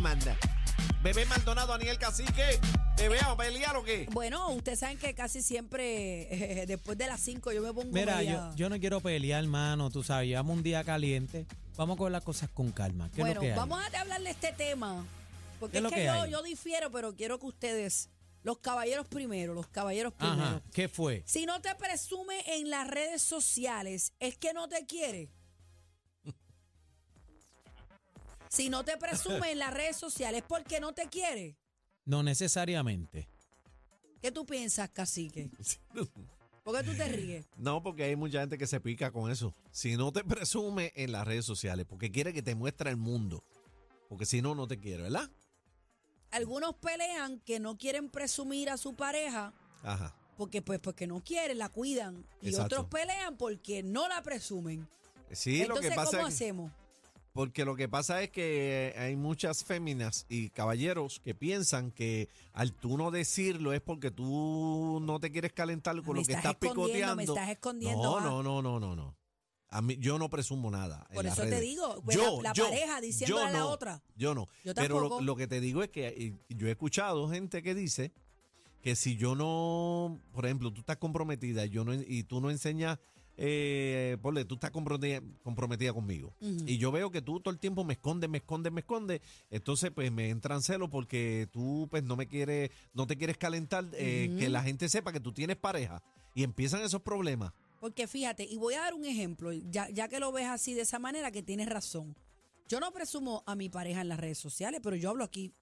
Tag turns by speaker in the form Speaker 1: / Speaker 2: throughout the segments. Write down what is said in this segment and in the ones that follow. Speaker 1: manda. Bebé Maldonado, Daniel Cacique, ¿te veo a pelear o qué?
Speaker 2: Bueno, ustedes saben que casi siempre eh, después de las 5 yo me pongo
Speaker 3: Mira,
Speaker 2: media-
Speaker 3: yo, yo no quiero pelear, hermano, tú sabes, llevamos un día caliente. Vamos a coger las cosas con calma. ¿Qué es
Speaker 2: Bueno,
Speaker 3: lo que hay?
Speaker 2: vamos a hablar de este tema. Porque
Speaker 3: ¿Qué
Speaker 2: es
Speaker 3: es lo
Speaker 2: que,
Speaker 3: que
Speaker 2: yo,
Speaker 3: hay?
Speaker 2: yo difiero, pero quiero que ustedes, los caballeros primero, los caballeros primero.
Speaker 3: Ajá, ¿qué fue?
Speaker 2: Si no te presume en las redes sociales, es que no te quiere. Si no te presume en las redes sociales, es porque no te quiere.
Speaker 3: No necesariamente.
Speaker 2: ¿Qué tú piensas, cacique? ¿Por qué tú te ríes?
Speaker 1: No, porque hay mucha gente que se pica con eso. Si no te presume en las redes sociales, porque quiere que te muestre el mundo. Porque si no, no te quiere, ¿verdad?
Speaker 2: Algunos pelean que no quieren presumir a su pareja
Speaker 1: Ajá.
Speaker 2: porque pues porque no quieren, la cuidan. Y
Speaker 1: Exacto.
Speaker 2: otros pelean porque no la presumen.
Speaker 1: Sí,
Speaker 2: Entonces,
Speaker 1: lo que pasa
Speaker 2: ¿cómo
Speaker 1: es que-
Speaker 2: hacemos?
Speaker 1: Porque lo que pasa es que hay muchas féminas y caballeros que piensan que al tú no decirlo es porque tú no te quieres calentar con
Speaker 2: Me
Speaker 1: lo que
Speaker 2: estás
Speaker 1: estás
Speaker 2: escondiendo,
Speaker 1: picoteando.
Speaker 2: me estás escondiendo,
Speaker 1: No,
Speaker 2: ah.
Speaker 1: no, no, no, no, no. A mí, yo no presumo nada. en
Speaker 2: Por
Speaker 1: las
Speaker 2: eso te
Speaker 1: redes.
Speaker 2: digo, pues,
Speaker 1: Yo,
Speaker 2: la, la
Speaker 1: yo,
Speaker 2: pareja diciéndole
Speaker 1: yo
Speaker 2: a la
Speaker 1: no,
Speaker 2: otra.
Speaker 1: Yo no.
Speaker 2: Yo
Speaker 1: Pero
Speaker 2: tampoco.
Speaker 1: lo, lo que te digo es que eh, yo he escuchado gente que dice que si yo no, por ejemplo, tú estás comprometida y, yo no, y tú no enseñas, eh, ponle, tú estás comprometida, comprometida conmigo.
Speaker 2: Ujú.
Speaker 1: Y yo veo que tú todo el tiempo me escondes, me escondes, me escondes. Entonces, pues me entran celos porque tú, pues no me quieres, no te quieres calentar, eh,
Speaker 2: Ujú.
Speaker 1: que la gente sepa que tú tienes pareja. Y empiezan esos problemas.
Speaker 2: Porque fíjate, y voy a dar un ejemplo, ya, ya que lo ves así de esa manera, que tienes razón. Yo no presumo a mi pareja en las redes sociales, pero yo hablo aquí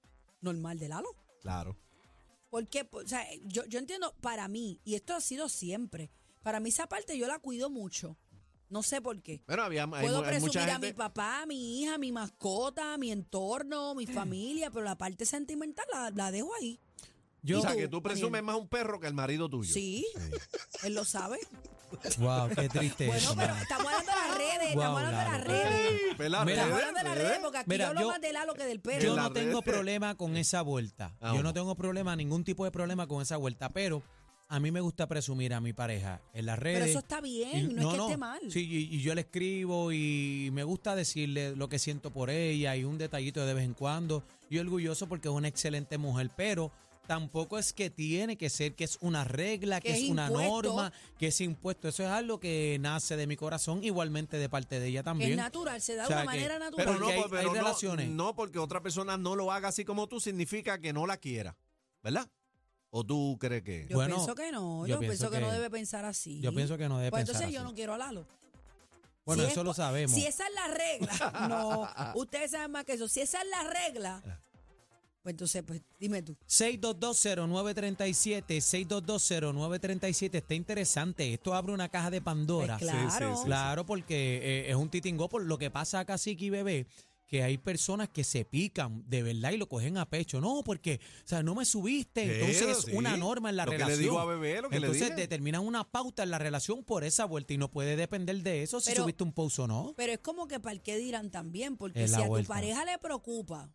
Speaker 2: normal de Lalo.
Speaker 1: Claro.
Speaker 2: Porque, o sea, yo, yo entiendo, para mí, y esto ha sido siempre, para mí esa parte yo la cuido mucho. No sé por qué.
Speaker 1: Bueno, había, hay,
Speaker 2: Puedo
Speaker 1: mu- hay
Speaker 2: presumir
Speaker 1: mucha
Speaker 2: a mi
Speaker 1: gente.
Speaker 2: papá, a mi hija, a mi mascota, a mi entorno, a mi familia, pero la parte sentimental la, la dejo ahí.
Speaker 3: Yo,
Speaker 1: o sea,
Speaker 2: tú,
Speaker 1: que tú presumes
Speaker 2: Daniel?
Speaker 1: más un perro que el marido tuyo.
Speaker 2: Sí, él lo sabe.
Speaker 3: wow, qué triste.
Speaker 2: Bueno, pero estamos hablando de las redes, estamos
Speaker 3: Guau,
Speaker 2: hablando de las
Speaker 3: Lalo, qué
Speaker 2: redes.
Speaker 1: Pela,
Speaker 3: Mira,
Speaker 2: Estamos
Speaker 1: ¿verdad?
Speaker 2: hablando de las redes,
Speaker 1: ¿verdad?
Speaker 2: porque aquí
Speaker 3: Mira,
Speaker 2: yo hablo
Speaker 3: yo-
Speaker 2: más de Lalo que del perro.
Speaker 3: Yo
Speaker 1: en
Speaker 3: no
Speaker 1: las
Speaker 3: tengo
Speaker 1: redes.
Speaker 3: problema con esa vuelta.
Speaker 1: Ah,
Speaker 3: Yo no
Speaker 1: bueno.
Speaker 3: tengo problema, ningún tipo de problema con esa vuelta, pero a mí me gusta presumir a mi pareja en las redes.
Speaker 2: Pero eso está
Speaker 3: Y-
Speaker 2: bien, no, es que esté mal.
Speaker 3: Sí, y, y yo le escribo y me gusta decirle lo que siento por ella y un detallito de vez en cuando. Y orgulloso porque es una excelente mujer, pero tampoco es que tiene que ser que es una regla, que,
Speaker 2: Que
Speaker 3: es,
Speaker 2: es
Speaker 3: una
Speaker 2: impuesto.
Speaker 3: norma, que es impuesto. Eso es algo que nace de mi corazón, igualmente de parte de ella
Speaker 2: es
Speaker 3: también.
Speaker 2: natural, se da
Speaker 3: O sea
Speaker 2: de una
Speaker 3: que-
Speaker 2: manera natural.
Speaker 3: Pero
Speaker 1: Pero, no,
Speaker 3: porque hay-
Speaker 1: pero
Speaker 3: hay
Speaker 1: no-
Speaker 3: relaciones.
Speaker 1: No, porque otra persona no lo haga así como tú, significa que no la quiera. ¿Verdad? ¿O tú crees que.?
Speaker 2: yo
Speaker 3: bueno,
Speaker 2: pienso que no, yo,
Speaker 3: yo
Speaker 2: pienso,
Speaker 3: pienso
Speaker 2: que, no
Speaker 3: que-
Speaker 2: debe pensar así.
Speaker 3: Yo pienso que no debe
Speaker 2: Pues
Speaker 3: pensar
Speaker 2: entonces yo
Speaker 3: así.
Speaker 2: no quiero a Lalo.
Speaker 3: Bueno,
Speaker 2: Si
Speaker 3: eso
Speaker 2: es
Speaker 3: lo
Speaker 2: po-
Speaker 3: sabemos.
Speaker 2: Si esa es la regla, no, ustedes saben más que eso. Si esa es la regla, pues entonces, pues dime tú.
Speaker 3: 6220937, 6220937, está interesante. Esto abre una caja de Pandora.
Speaker 2: Pues claro.
Speaker 1: sí, sí.
Speaker 3: Claro, porque eh, es un titingo por lo que pasa acá, Cacique y Bebé, que hay personas que se pican de verdad y lo cogen a pecho. No, porque, o sea, no me subiste.
Speaker 1: Sí,
Speaker 3: Entonces es
Speaker 1: sí.
Speaker 3: una norma en la
Speaker 1: Lo que le
Speaker 3: relación.
Speaker 1: digo a Bebé, lo que le
Speaker 3: Entonces
Speaker 1: dije.
Speaker 3: determinan una pauta en la relación por esa vuelta y no puede depender de eso si
Speaker 2: Pero-
Speaker 3: subiste un post o no.
Speaker 2: Pero es como que para el que dirán también, porque
Speaker 3: Es
Speaker 2: si
Speaker 3: la
Speaker 2: a tu
Speaker 3: vuelta.
Speaker 2: pareja le preocupa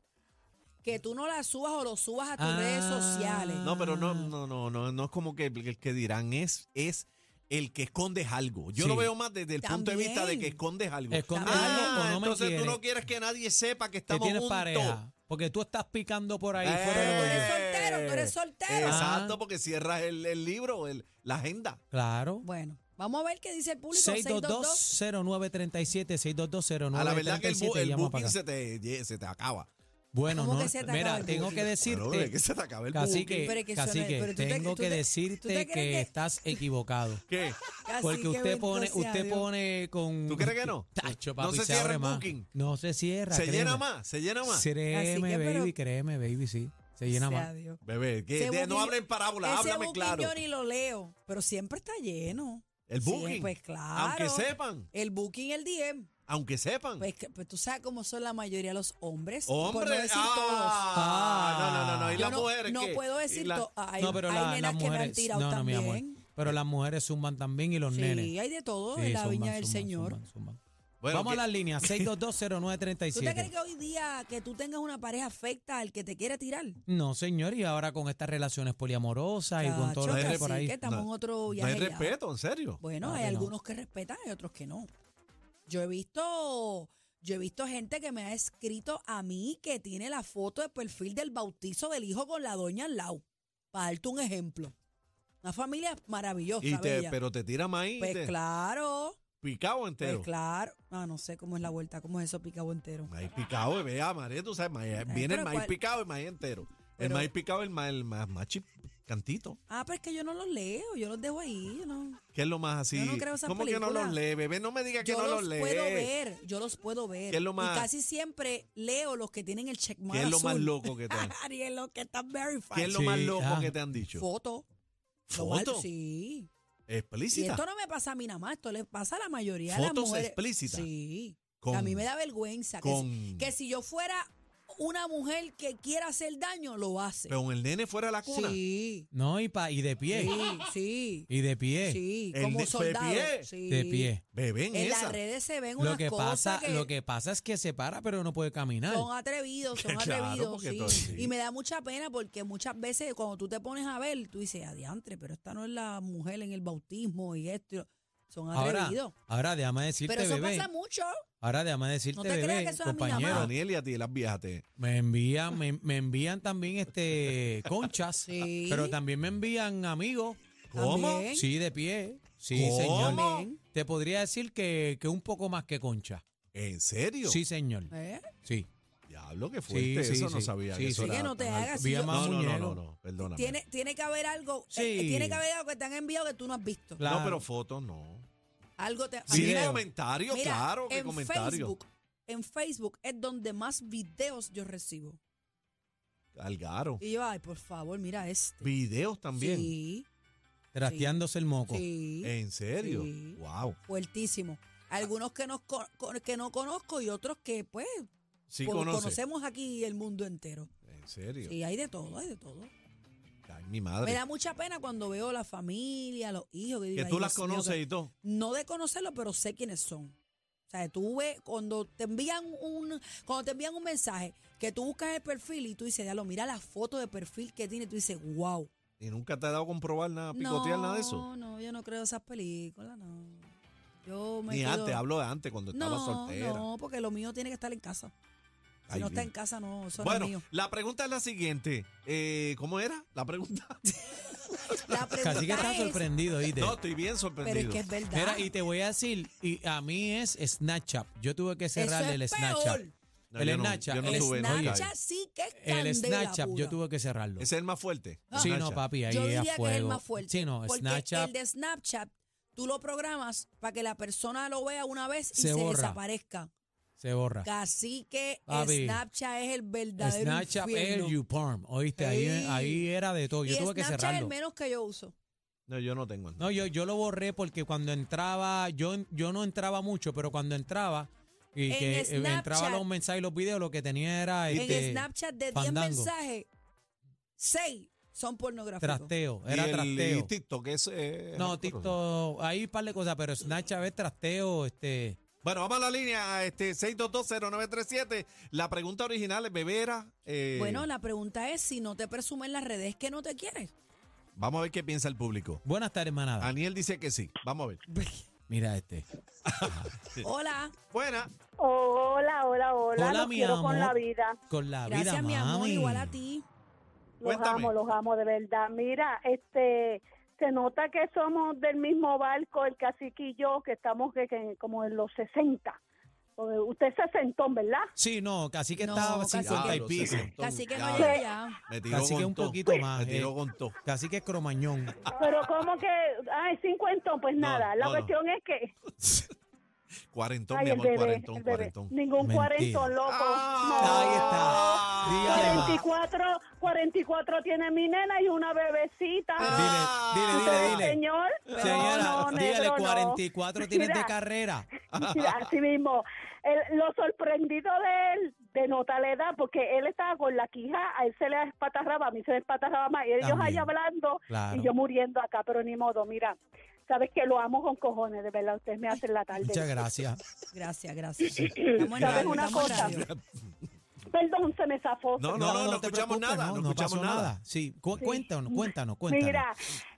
Speaker 2: que tú no la subas o lo subas a tus
Speaker 3: Ah.
Speaker 2: redes sociales.
Speaker 1: No, pero no, no, no, no, no es como que el que dirán es, es el que escondes algo. Yo
Speaker 3: Sí.
Speaker 1: lo veo más desde el punto de vista de
Speaker 2: También.
Speaker 1: que escondes algo.
Speaker 3: Escondes
Speaker 1: Ah,
Speaker 3: algo o no me
Speaker 1: entonces tú
Speaker 3: quieres.
Speaker 1: no quieres que nadie sepa que
Speaker 3: Que
Speaker 1: estamos
Speaker 3: tienes
Speaker 1: juntos.
Speaker 3: pareja. Porque tú estás picando por ahí
Speaker 1: Eh.
Speaker 3: fuera de lo
Speaker 2: Tú
Speaker 3: tuyo.
Speaker 2: eres soltero, tú eres soltero.
Speaker 3: Ah.
Speaker 1: Exacto, porque cierras el, el libro, el- la agenda.
Speaker 3: Claro.
Speaker 2: Bueno, vamos a ver qué dice el público. 622.
Speaker 3: 622-0937, 622-0937.
Speaker 1: A la verdad que el, bu- el
Speaker 3: llama para
Speaker 1: booking
Speaker 3: acá.
Speaker 1: se te, se te acaba.
Speaker 3: Bueno,
Speaker 2: ¿Cómo
Speaker 3: no,
Speaker 2: que se te acaba
Speaker 3: mira,
Speaker 2: el
Speaker 3: tengo
Speaker 2: booking?
Speaker 3: que
Speaker 1: Claro, de que
Speaker 3: decirte,
Speaker 1: se te acaba el booking.
Speaker 3: cacique,
Speaker 2: Pero es que eso no es-
Speaker 3: cacique,
Speaker 2: pero tú te-
Speaker 3: tengo
Speaker 2: tú
Speaker 3: que
Speaker 2: te- tú te
Speaker 3: decirte
Speaker 2: crees
Speaker 3: que
Speaker 2: que-
Speaker 3: estás equivocado.
Speaker 1: ¿Qué?
Speaker 2: Casi
Speaker 3: Porque
Speaker 2: que
Speaker 3: usted pone,
Speaker 2: bendito sea
Speaker 3: usted
Speaker 2: Dios.
Speaker 3: pone con...
Speaker 1: ¿Tú crees que no?
Speaker 3: Tacho,
Speaker 1: No
Speaker 3: papi,
Speaker 1: se cierra
Speaker 3: abre
Speaker 1: el
Speaker 3: más.
Speaker 1: booking.
Speaker 3: No se cierra,
Speaker 1: ¿Se
Speaker 3: créeme.
Speaker 1: llena más? ¿Se llena más?
Speaker 3: Créeme,
Speaker 2: Cacique, pero-
Speaker 3: baby, créeme, baby, sí. Se llena
Speaker 2: Sea
Speaker 3: más.
Speaker 2: Dios.
Speaker 1: Bebé, que
Speaker 2: Ese
Speaker 1: de- no
Speaker 2: booking-
Speaker 1: hablen parábola,
Speaker 2: Ese
Speaker 1: háblame
Speaker 2: booking
Speaker 1: claro.
Speaker 2: Yo ni lo leo, pero siempre está lleno.
Speaker 1: El
Speaker 2: Sí,
Speaker 1: booking.
Speaker 2: pues claro.
Speaker 1: Aunque sepan,
Speaker 2: El booking, el DM.
Speaker 1: aunque sepan.
Speaker 2: Pues, que- pues tú sabes cómo son la mayoría de los hombres. por
Speaker 1: Hombre,
Speaker 2: no decir todos.
Speaker 1: ah, no, no, no, no. Y
Speaker 2: Yo
Speaker 1: las
Speaker 2: no,
Speaker 1: mujeres.
Speaker 2: no
Speaker 1: qué?
Speaker 2: puedo
Speaker 1: ¿Y
Speaker 2: decir
Speaker 1: las-
Speaker 2: todo. Hay,
Speaker 3: no, pero
Speaker 2: hay
Speaker 3: la-
Speaker 2: nenas
Speaker 3: las
Speaker 2: que me han
Speaker 3: mujeres...
Speaker 2: tirado
Speaker 3: no, no, mi
Speaker 2: también.
Speaker 3: amor. Pero las mujeres zumban también y los
Speaker 2: sí,
Speaker 3: nenes.
Speaker 2: hay de todo
Speaker 3: Sí,
Speaker 2: en la
Speaker 3: zumban,
Speaker 2: viña del
Speaker 3: zumban,
Speaker 2: Señor.
Speaker 3: zumban, zumban.
Speaker 1: Bueno,
Speaker 3: Vamos
Speaker 1: que-
Speaker 3: a las líneas,
Speaker 2: ¿Tú te crees
Speaker 3: 6220937.
Speaker 2: que hoy día que tú tengas una pareja afecta al que te quiere tirar?
Speaker 3: No, señor, y ahora con estas relaciones poliamorosas y con
Speaker 2: Chacho,
Speaker 3: todo lo que
Speaker 1: hay
Speaker 3: hay
Speaker 2: así
Speaker 3: por ahí.
Speaker 2: que estamos en
Speaker 1: No,
Speaker 2: otro
Speaker 1: No
Speaker 2: viaje.
Speaker 1: hay
Speaker 2: ya.
Speaker 1: respeto, en serio.
Speaker 2: Bueno,
Speaker 3: Claro
Speaker 2: hay
Speaker 3: que no.
Speaker 2: algunos que respetan, hay otros que no. Yo he visto, Yo he visto gente que me ha escrito a mí que tiene la foto de perfil del bautizo del hijo con la doña al lado. Para darte un ejemplo. Una familia maravillosa.
Speaker 1: Y te,
Speaker 2: bella.
Speaker 1: pero te tira maíz
Speaker 2: pues
Speaker 1: te-
Speaker 2: claro,
Speaker 1: picado entero.
Speaker 2: pues claro. Ah, no sé cómo es la vuelta, cómo es eso picado entero.
Speaker 1: Maíz picado, bebé, amaré, tú sabes, maíz- viene
Speaker 2: Eh, pero
Speaker 1: el maíz
Speaker 2: cuál-
Speaker 1: picado y el maíz entero. El
Speaker 2: Pero-
Speaker 1: maíz picado el maíz, el más, más chi- cantito.
Speaker 2: Ah, pero es que yo no los leo, yo los dejo ahí. Yo, no,
Speaker 1: ¿Qué es lo más así?
Speaker 2: Yo no creo esas
Speaker 1: ¿Cómo que no
Speaker 2: películas.
Speaker 1: los lee, bebé? No me digas que
Speaker 2: yo
Speaker 1: no
Speaker 2: los
Speaker 1: los lee.
Speaker 2: puedo ver, yo los puedo ver.
Speaker 1: ¿Qué es lo más-
Speaker 2: Y casi siempre leo los que tienen el checkmark
Speaker 1: ¿Qué es lo más
Speaker 2: azul.
Speaker 1: loco que te han
Speaker 2: Ariel, los que están verified.
Speaker 1: ¿Qué es lo
Speaker 3: Sí,
Speaker 1: más loco
Speaker 3: ah.
Speaker 1: que te han dicho?
Speaker 2: Foto. Lo
Speaker 1: ¿Foto?
Speaker 2: mal- Sí. Y
Speaker 1: Explícita.
Speaker 2: esto no me pasa a mí nada más, esto le pasa a la mayoría de las
Speaker 1: Fotos
Speaker 2: mujeres.
Speaker 1: explícitas.
Speaker 2: Sí.
Speaker 1: Con-
Speaker 2: a mí me da vergüenza. que si-
Speaker 1: con,
Speaker 2: Que, si yo fuera una mujer que quiera hacer daño, lo hace.
Speaker 1: con el nene fuera de la cuna.
Speaker 2: sí.
Speaker 3: No, y, pa, y de pie.
Speaker 2: Sí, sí.
Speaker 3: Y de pie.
Speaker 2: Sí,
Speaker 1: El
Speaker 2: como
Speaker 1: de- de
Speaker 2: soldado.
Speaker 1: pie.
Speaker 2: sí.
Speaker 3: De pie.
Speaker 1: Bebé en,
Speaker 2: En
Speaker 1: esa.
Speaker 2: las redes se ven
Speaker 3: Lo
Speaker 2: unas
Speaker 3: que,
Speaker 2: cosas
Speaker 3: pasa,
Speaker 2: que
Speaker 3: lo que pasa es que se para, pero no puede caminar.
Speaker 2: son atrevidos, son
Speaker 1: Claro,
Speaker 2: atrevidos.
Speaker 1: porque
Speaker 2: sí.
Speaker 1: todo- sí.
Speaker 2: Y me da mucha pena porque muchas veces cuando tú te pones a ver, tú dices, adiantre, pero esta no es la mujer en el bautismo y esto. Son
Speaker 3: Ahora,
Speaker 2: atrevidos.
Speaker 3: ahora déjame
Speaker 2: Pero
Speaker 3: decirte,
Speaker 2: eso
Speaker 3: bebé.
Speaker 2: pasa mucho.
Speaker 3: Ahora déjame decirte,
Speaker 2: No te creas
Speaker 3: bebé,
Speaker 2: que eso es a mí nada
Speaker 3: compañero.
Speaker 2: más.
Speaker 1: Daniel y a ti, las viejas te-
Speaker 3: Me envían, me, me envían también este conchas,
Speaker 2: Sí.
Speaker 3: pero también me envían amigos.
Speaker 2: ¿Cómo? También.
Speaker 3: Sí, de pie. Sí,
Speaker 1: ¿Cómo?
Speaker 3: señor.
Speaker 2: También.
Speaker 3: Te podría decir que, que un poco más que concha.
Speaker 1: ¿En serio?
Speaker 3: Sí, señor.
Speaker 2: ¿eh?
Speaker 3: Sí.
Speaker 1: Diablo, que fuerte.
Speaker 3: Sí, sí,
Speaker 1: eso no
Speaker 3: sí.
Speaker 1: sabía.
Speaker 3: Sí,
Speaker 1: que eso
Speaker 3: sí.
Speaker 1: era
Speaker 2: Que no te
Speaker 1: tan alto.
Speaker 2: hagas.
Speaker 3: Vía
Speaker 2: yo-
Speaker 3: más
Speaker 1: No, no, no, no,
Speaker 3: muñeco.
Speaker 1: no, perdóname.
Speaker 2: tiene, tiene que haber algo.
Speaker 3: Sí.
Speaker 2: eh, tiene que haber algo que te han enviado que tú no has visto.
Speaker 3: Claro.
Speaker 1: No, pero fotos no.
Speaker 2: Algo te. a
Speaker 1: Sí,
Speaker 2: mí me-
Speaker 3: Video.
Speaker 1: comentarios,
Speaker 2: Mira,
Speaker 1: claro, que
Speaker 2: en
Speaker 1: comentarios.
Speaker 2: Facebook, en Facebook es donde más videos yo recibo.
Speaker 1: Algaro.
Speaker 2: Y yo, ay, por favor, mira este.
Speaker 1: Videos también. eh,
Speaker 2: Sí,
Speaker 3: Trasteándose el moco.
Speaker 2: sí.
Speaker 1: ¿En serio?
Speaker 2: Sí.
Speaker 1: Wow.
Speaker 2: Fuertísimo. Algunos que, nos co- co- que no conozco y otros que, pues,
Speaker 1: Sí
Speaker 2: pues,
Speaker 1: conoce.
Speaker 2: conocemos aquí el mundo entero.
Speaker 1: En serio.
Speaker 2: Y hay de todo, hay de todo.
Speaker 1: Ay, mi
Speaker 2: Me
Speaker 1: madre.
Speaker 2: da mucha pena cuando veo la familia, los hijos. Que, digo,
Speaker 1: Que
Speaker 2: "Ay,
Speaker 1: tú las
Speaker 2: Dios mío,
Speaker 1: conoces
Speaker 2: que-".
Speaker 1: y todo.
Speaker 2: No de conocerlos, pero sé quiénes son. O sea, tú ves, cuando te envían un, cuando te envían un mensaje, que tú buscas el perfil y tú dices, lo mira la foto de perfil que tiene, tú dices, wow.
Speaker 1: Y nunca te ha dado comprobar nada, picotear nada de eso.
Speaker 2: No, no, yo no creo esas películas, no. Yo me
Speaker 1: Ni
Speaker 2: quedo-
Speaker 1: antes, hablo de antes, cuando estaba
Speaker 2: No,
Speaker 1: soltera.
Speaker 2: no, porque lo mío tiene que estar en casa. Si
Speaker 1: Ay,
Speaker 2: no está
Speaker 1: bien.
Speaker 2: en casa, no, eso no
Speaker 1: bueno,
Speaker 2: es mío.
Speaker 1: la pregunta es la siguiente. Eh, ¿Cómo era la pregunta?
Speaker 2: La pregunta
Speaker 3: Casi que está
Speaker 2: es-
Speaker 3: sorprendido, ¿oíste?
Speaker 1: No, estoy bien sorprendido.
Speaker 2: Pero es que es verdad.
Speaker 3: Mira, y te voy a decir, y a mí es Snapchat. Yo tuve que
Speaker 2: eso
Speaker 3: cerrar
Speaker 2: es
Speaker 3: el
Speaker 2: peor.
Speaker 3: Snapchat.
Speaker 1: No,
Speaker 3: el
Speaker 1: yo no-
Speaker 3: Snapchat,
Speaker 1: yo no
Speaker 2: el
Speaker 1: tuve, no
Speaker 2: Snapchat
Speaker 1: caí.
Speaker 2: sí que es
Speaker 3: El
Speaker 2: candela
Speaker 3: Snapchat,
Speaker 2: pura.
Speaker 3: yo tuve que cerrarlo.
Speaker 1: Ese es el más fuerte.
Speaker 2: Ah.
Speaker 3: Sí, no,
Speaker 1: Snapchat.
Speaker 3: papi, ahí
Speaker 2: Yo
Speaker 3: es
Speaker 2: diría
Speaker 3: a fuego.
Speaker 2: que es el más fuerte.
Speaker 3: Sí, no,
Speaker 2: porque
Speaker 3: Snapchat.
Speaker 2: el de Snapchat, tú lo programas para que la persona lo vea una vez y
Speaker 3: Se
Speaker 2: se,
Speaker 3: borra.
Speaker 2: desaparezca.
Speaker 3: Se borra.
Speaker 2: Casi que
Speaker 3: Papi,
Speaker 2: Snapchat es el verdadero
Speaker 3: Snapchat es
Speaker 2: infierno.
Speaker 3: el YouPorn, ¿oíste? Ahí,
Speaker 2: Ey.
Speaker 3: ahí era de todo. Yo
Speaker 2: y
Speaker 3: tuve que
Speaker 2: Snapchat es el
Speaker 3: cerrarlo.
Speaker 2: menos que yo uso.
Speaker 1: No, yo no tengo.
Speaker 3: No, yo, yo lo borré porque cuando entraba, yo, yo no entraba mucho, pero cuando entraba y
Speaker 2: En
Speaker 3: que eh,
Speaker 2: Snapchat.
Speaker 3: entraba los mensajes y los videos, lo que tenía era este
Speaker 2: en Snapchat de 10
Speaker 3: Fandango.
Speaker 2: mensajes, 6 son pornográficos.
Speaker 3: trasteo,
Speaker 1: Y
Speaker 3: era
Speaker 1: el-
Speaker 3: trasteo.
Speaker 1: Y TikTok es... eh,
Speaker 3: no,
Speaker 1: otra cosa.
Speaker 3: TikTok, hay un par de cosas, pero Snapchat es trasteo, este,
Speaker 1: Bueno, vamos a la línea este 6220937. La pregunta original es bebera. eh,
Speaker 2: Bueno, la pregunta es si no te presumen las redes es que no te quieres.
Speaker 1: Vamos a ver qué piensa el público.
Speaker 3: buenas tardes, manada.
Speaker 1: Aniel dice que sí. Vamos a ver.
Speaker 3: Mira este.
Speaker 2: Hola,
Speaker 1: Buena.
Speaker 4: Hola, hola, hola.
Speaker 3: Hola,
Speaker 4: los
Speaker 3: mi
Speaker 4: quiero con la
Speaker 3: amor.
Speaker 4: vida.
Speaker 3: Con la
Speaker 2: gracias
Speaker 3: vida,
Speaker 2: mi amor,
Speaker 3: mami.
Speaker 2: igual a ti.
Speaker 4: Los
Speaker 1: Cuéntame.
Speaker 4: amo, los amo, de verdad. Mira, este, se nota que somos del mismo barco, el cacique y yo, que estamos que, que como en los 60. Porque Usted es sesentón, ¿verdad?
Speaker 3: Sí, no, casi que
Speaker 2: No,
Speaker 3: estaba
Speaker 2: casi
Speaker 3: 50
Speaker 1: Diablo,
Speaker 3: y pico.
Speaker 1: sesentón,
Speaker 2: Casi que no
Speaker 1: diablo.
Speaker 2: llegué ya.
Speaker 1: Me tiró
Speaker 3: Casi que
Speaker 1: con
Speaker 3: un
Speaker 1: todo.
Speaker 3: poquito más,
Speaker 1: Me tiró
Speaker 3: eh.
Speaker 1: con todo.
Speaker 3: Casi que es cromañón.
Speaker 4: Pero como que, ay, cincuentón, pues
Speaker 1: No,
Speaker 4: nada. La
Speaker 1: no, no.
Speaker 4: cuestión es que,
Speaker 1: Cuarentón,
Speaker 4: ay,
Speaker 1: mi
Speaker 4: el
Speaker 1: amor,
Speaker 4: bebé,
Speaker 1: cuarentón,
Speaker 4: el bebé.
Speaker 1: cuarentón.
Speaker 4: Ningún
Speaker 3: Mentira. Ah,
Speaker 4: cuarentón, loco.
Speaker 3: Ahí
Speaker 4: No.
Speaker 3: está. Dígale más.
Speaker 4: 44, 44 tiene mi nena y una bebecita.
Speaker 3: Ah. Dile, dile,
Speaker 4: Usted,
Speaker 3: dile, dile.
Speaker 4: Señor,
Speaker 3: Señora,
Speaker 4: no, no,
Speaker 3: dígale,
Speaker 4: negro, no.
Speaker 3: 44 tienes de
Speaker 4: Mira,
Speaker 3: carrera.
Speaker 4: mira, Así mismo. El- lo sorprendido de él, de nota la edad, porque él estaba con la quija, a él se le espatarraba, a mí se le espatarraba más, y ellos
Speaker 3: También,
Speaker 4: ahí hablando
Speaker 3: claro.
Speaker 4: y yo muriendo acá, pero ni modo, mira. Sabes que lo amo con cojones, de verdad, ustedes me hacen la tarde.
Speaker 3: Muchas gracias.
Speaker 2: Gracias, gracias. Estamos en
Speaker 4: ¿Sabes
Speaker 2: radio,
Speaker 4: una
Speaker 2: estamos en
Speaker 4: cosa?
Speaker 2: radio.
Speaker 4: Perdón, se me zafó.
Speaker 1: No, no, no, no,
Speaker 3: te
Speaker 1: escuchamos
Speaker 3: preocupes,
Speaker 1: nada, no
Speaker 3: pasó
Speaker 1: escuchamos nada.
Speaker 3: Sí, cu- cuéntanos, cuéntanos, cuéntanos.
Speaker 4: Mira,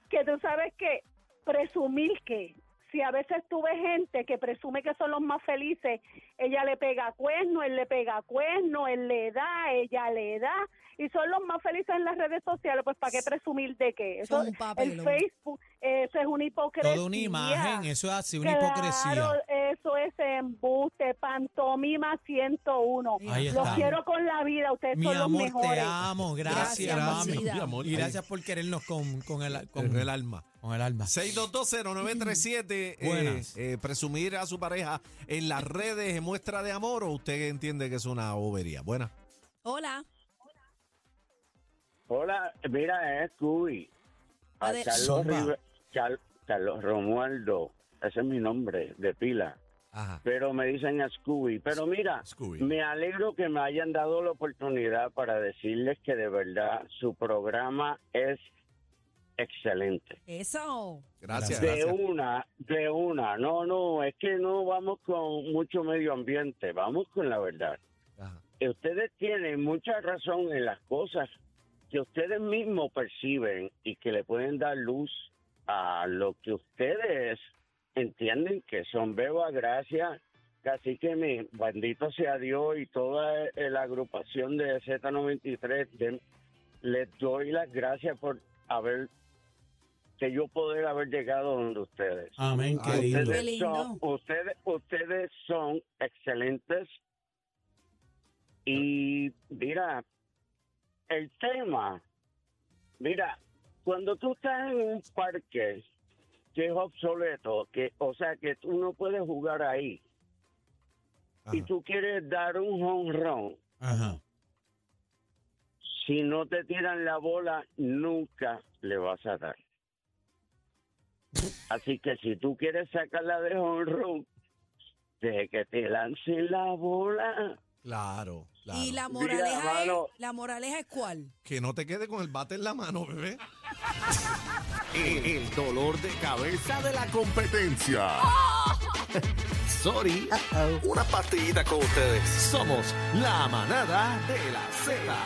Speaker 4: que tú sabes que presumir que si si a veces tú ves gente que presume que son los más felices, ella le pega cuerno, él le pega cuerno, él le da, ella le da, y son los más felices en las redes sociales, pues ¿para qué presumir de qué? Eso,
Speaker 2: Son un
Speaker 4: el
Speaker 2: papelón.
Speaker 4: Facebook, eso es una hipocresía.
Speaker 3: Toda una imagen, eso es así, una hipocresía.
Speaker 4: Claro, eso es embuste, pantomima 101.
Speaker 3: Ahí
Speaker 4: Los
Speaker 3: está.
Speaker 4: quiero con la vida, ustedes
Speaker 3: Mi
Speaker 4: son los
Speaker 3: amor, te
Speaker 4: mejores.
Speaker 3: amo. Gracias,
Speaker 2: Gracias,
Speaker 3: mami.
Speaker 2: vida.
Speaker 1: Mi amor,
Speaker 3: Y gracias por querernos con, con, el,
Speaker 1: con el
Speaker 3: con,
Speaker 1: alma.
Speaker 3: con el alma.
Speaker 1: 6220937, eh,
Speaker 3: Buenas.
Speaker 1: eh, presumir a su pareja en las redes es muestra de amor o usted entiende que es una bobería. Buena.
Speaker 2: Hola.
Speaker 5: Hola, mira, es Cuy. A
Speaker 2: Ade-
Speaker 5: Carlos,
Speaker 3: Zumba.
Speaker 5: Rive- Char- Carlos Romualdo, ese es mi nombre de pila,
Speaker 1: Ajá.
Speaker 5: pero me dicen a Scooby. Pero mira,
Speaker 1: Scooby.
Speaker 5: me alegro que me hayan dado la oportunidad para decirles que de verdad su programa es excelente.
Speaker 2: Eso.
Speaker 1: Gracias.
Speaker 5: De
Speaker 1: gracias.
Speaker 5: una, de una. No, no, es que no vamos con mucho medio ambiente, vamos con la verdad
Speaker 1: Ajá.
Speaker 5: eh, ustedes tienen mucha razón en las cosas que ustedes mismos perciben y que le pueden dar luz a lo que ustedes entienden que son Beba Gracia, casi que mi bandito sea Dios y toda eh, la agrupación de Z93, de- les doy las gracias por haber, que yo poder haber llegado donde ustedes.
Speaker 3: Amén,
Speaker 1: Ay,
Speaker 3: qué lindo.
Speaker 2: Qué
Speaker 5: Ustedes
Speaker 2: lindo.
Speaker 5: son, ustedes, ustedes son excelentes. Y mira, el tema, mira, cuando tú estás en un parque que es obsoleto, que, o sea, que tú no puedes jugar ahí, y
Speaker 1: Ajá.
Speaker 5: tú quieres dar un honrón,
Speaker 3: Ajá.
Speaker 5: si no te tiran la bola, nunca le vas a dar. Así que si tú quieres sacarla de honrón, de que te lancen la bola.
Speaker 1: Claro, claro.
Speaker 2: Y la
Speaker 5: Mira,
Speaker 2: moraleja,
Speaker 5: mano.
Speaker 2: es, la moraleja es cuál.
Speaker 1: Que no te quede con el bate en la mano, bebé.
Speaker 6: El, el dolor de cabeza de la competencia. Sorry. Una partidita con ustedes. Somos la manada de la Z.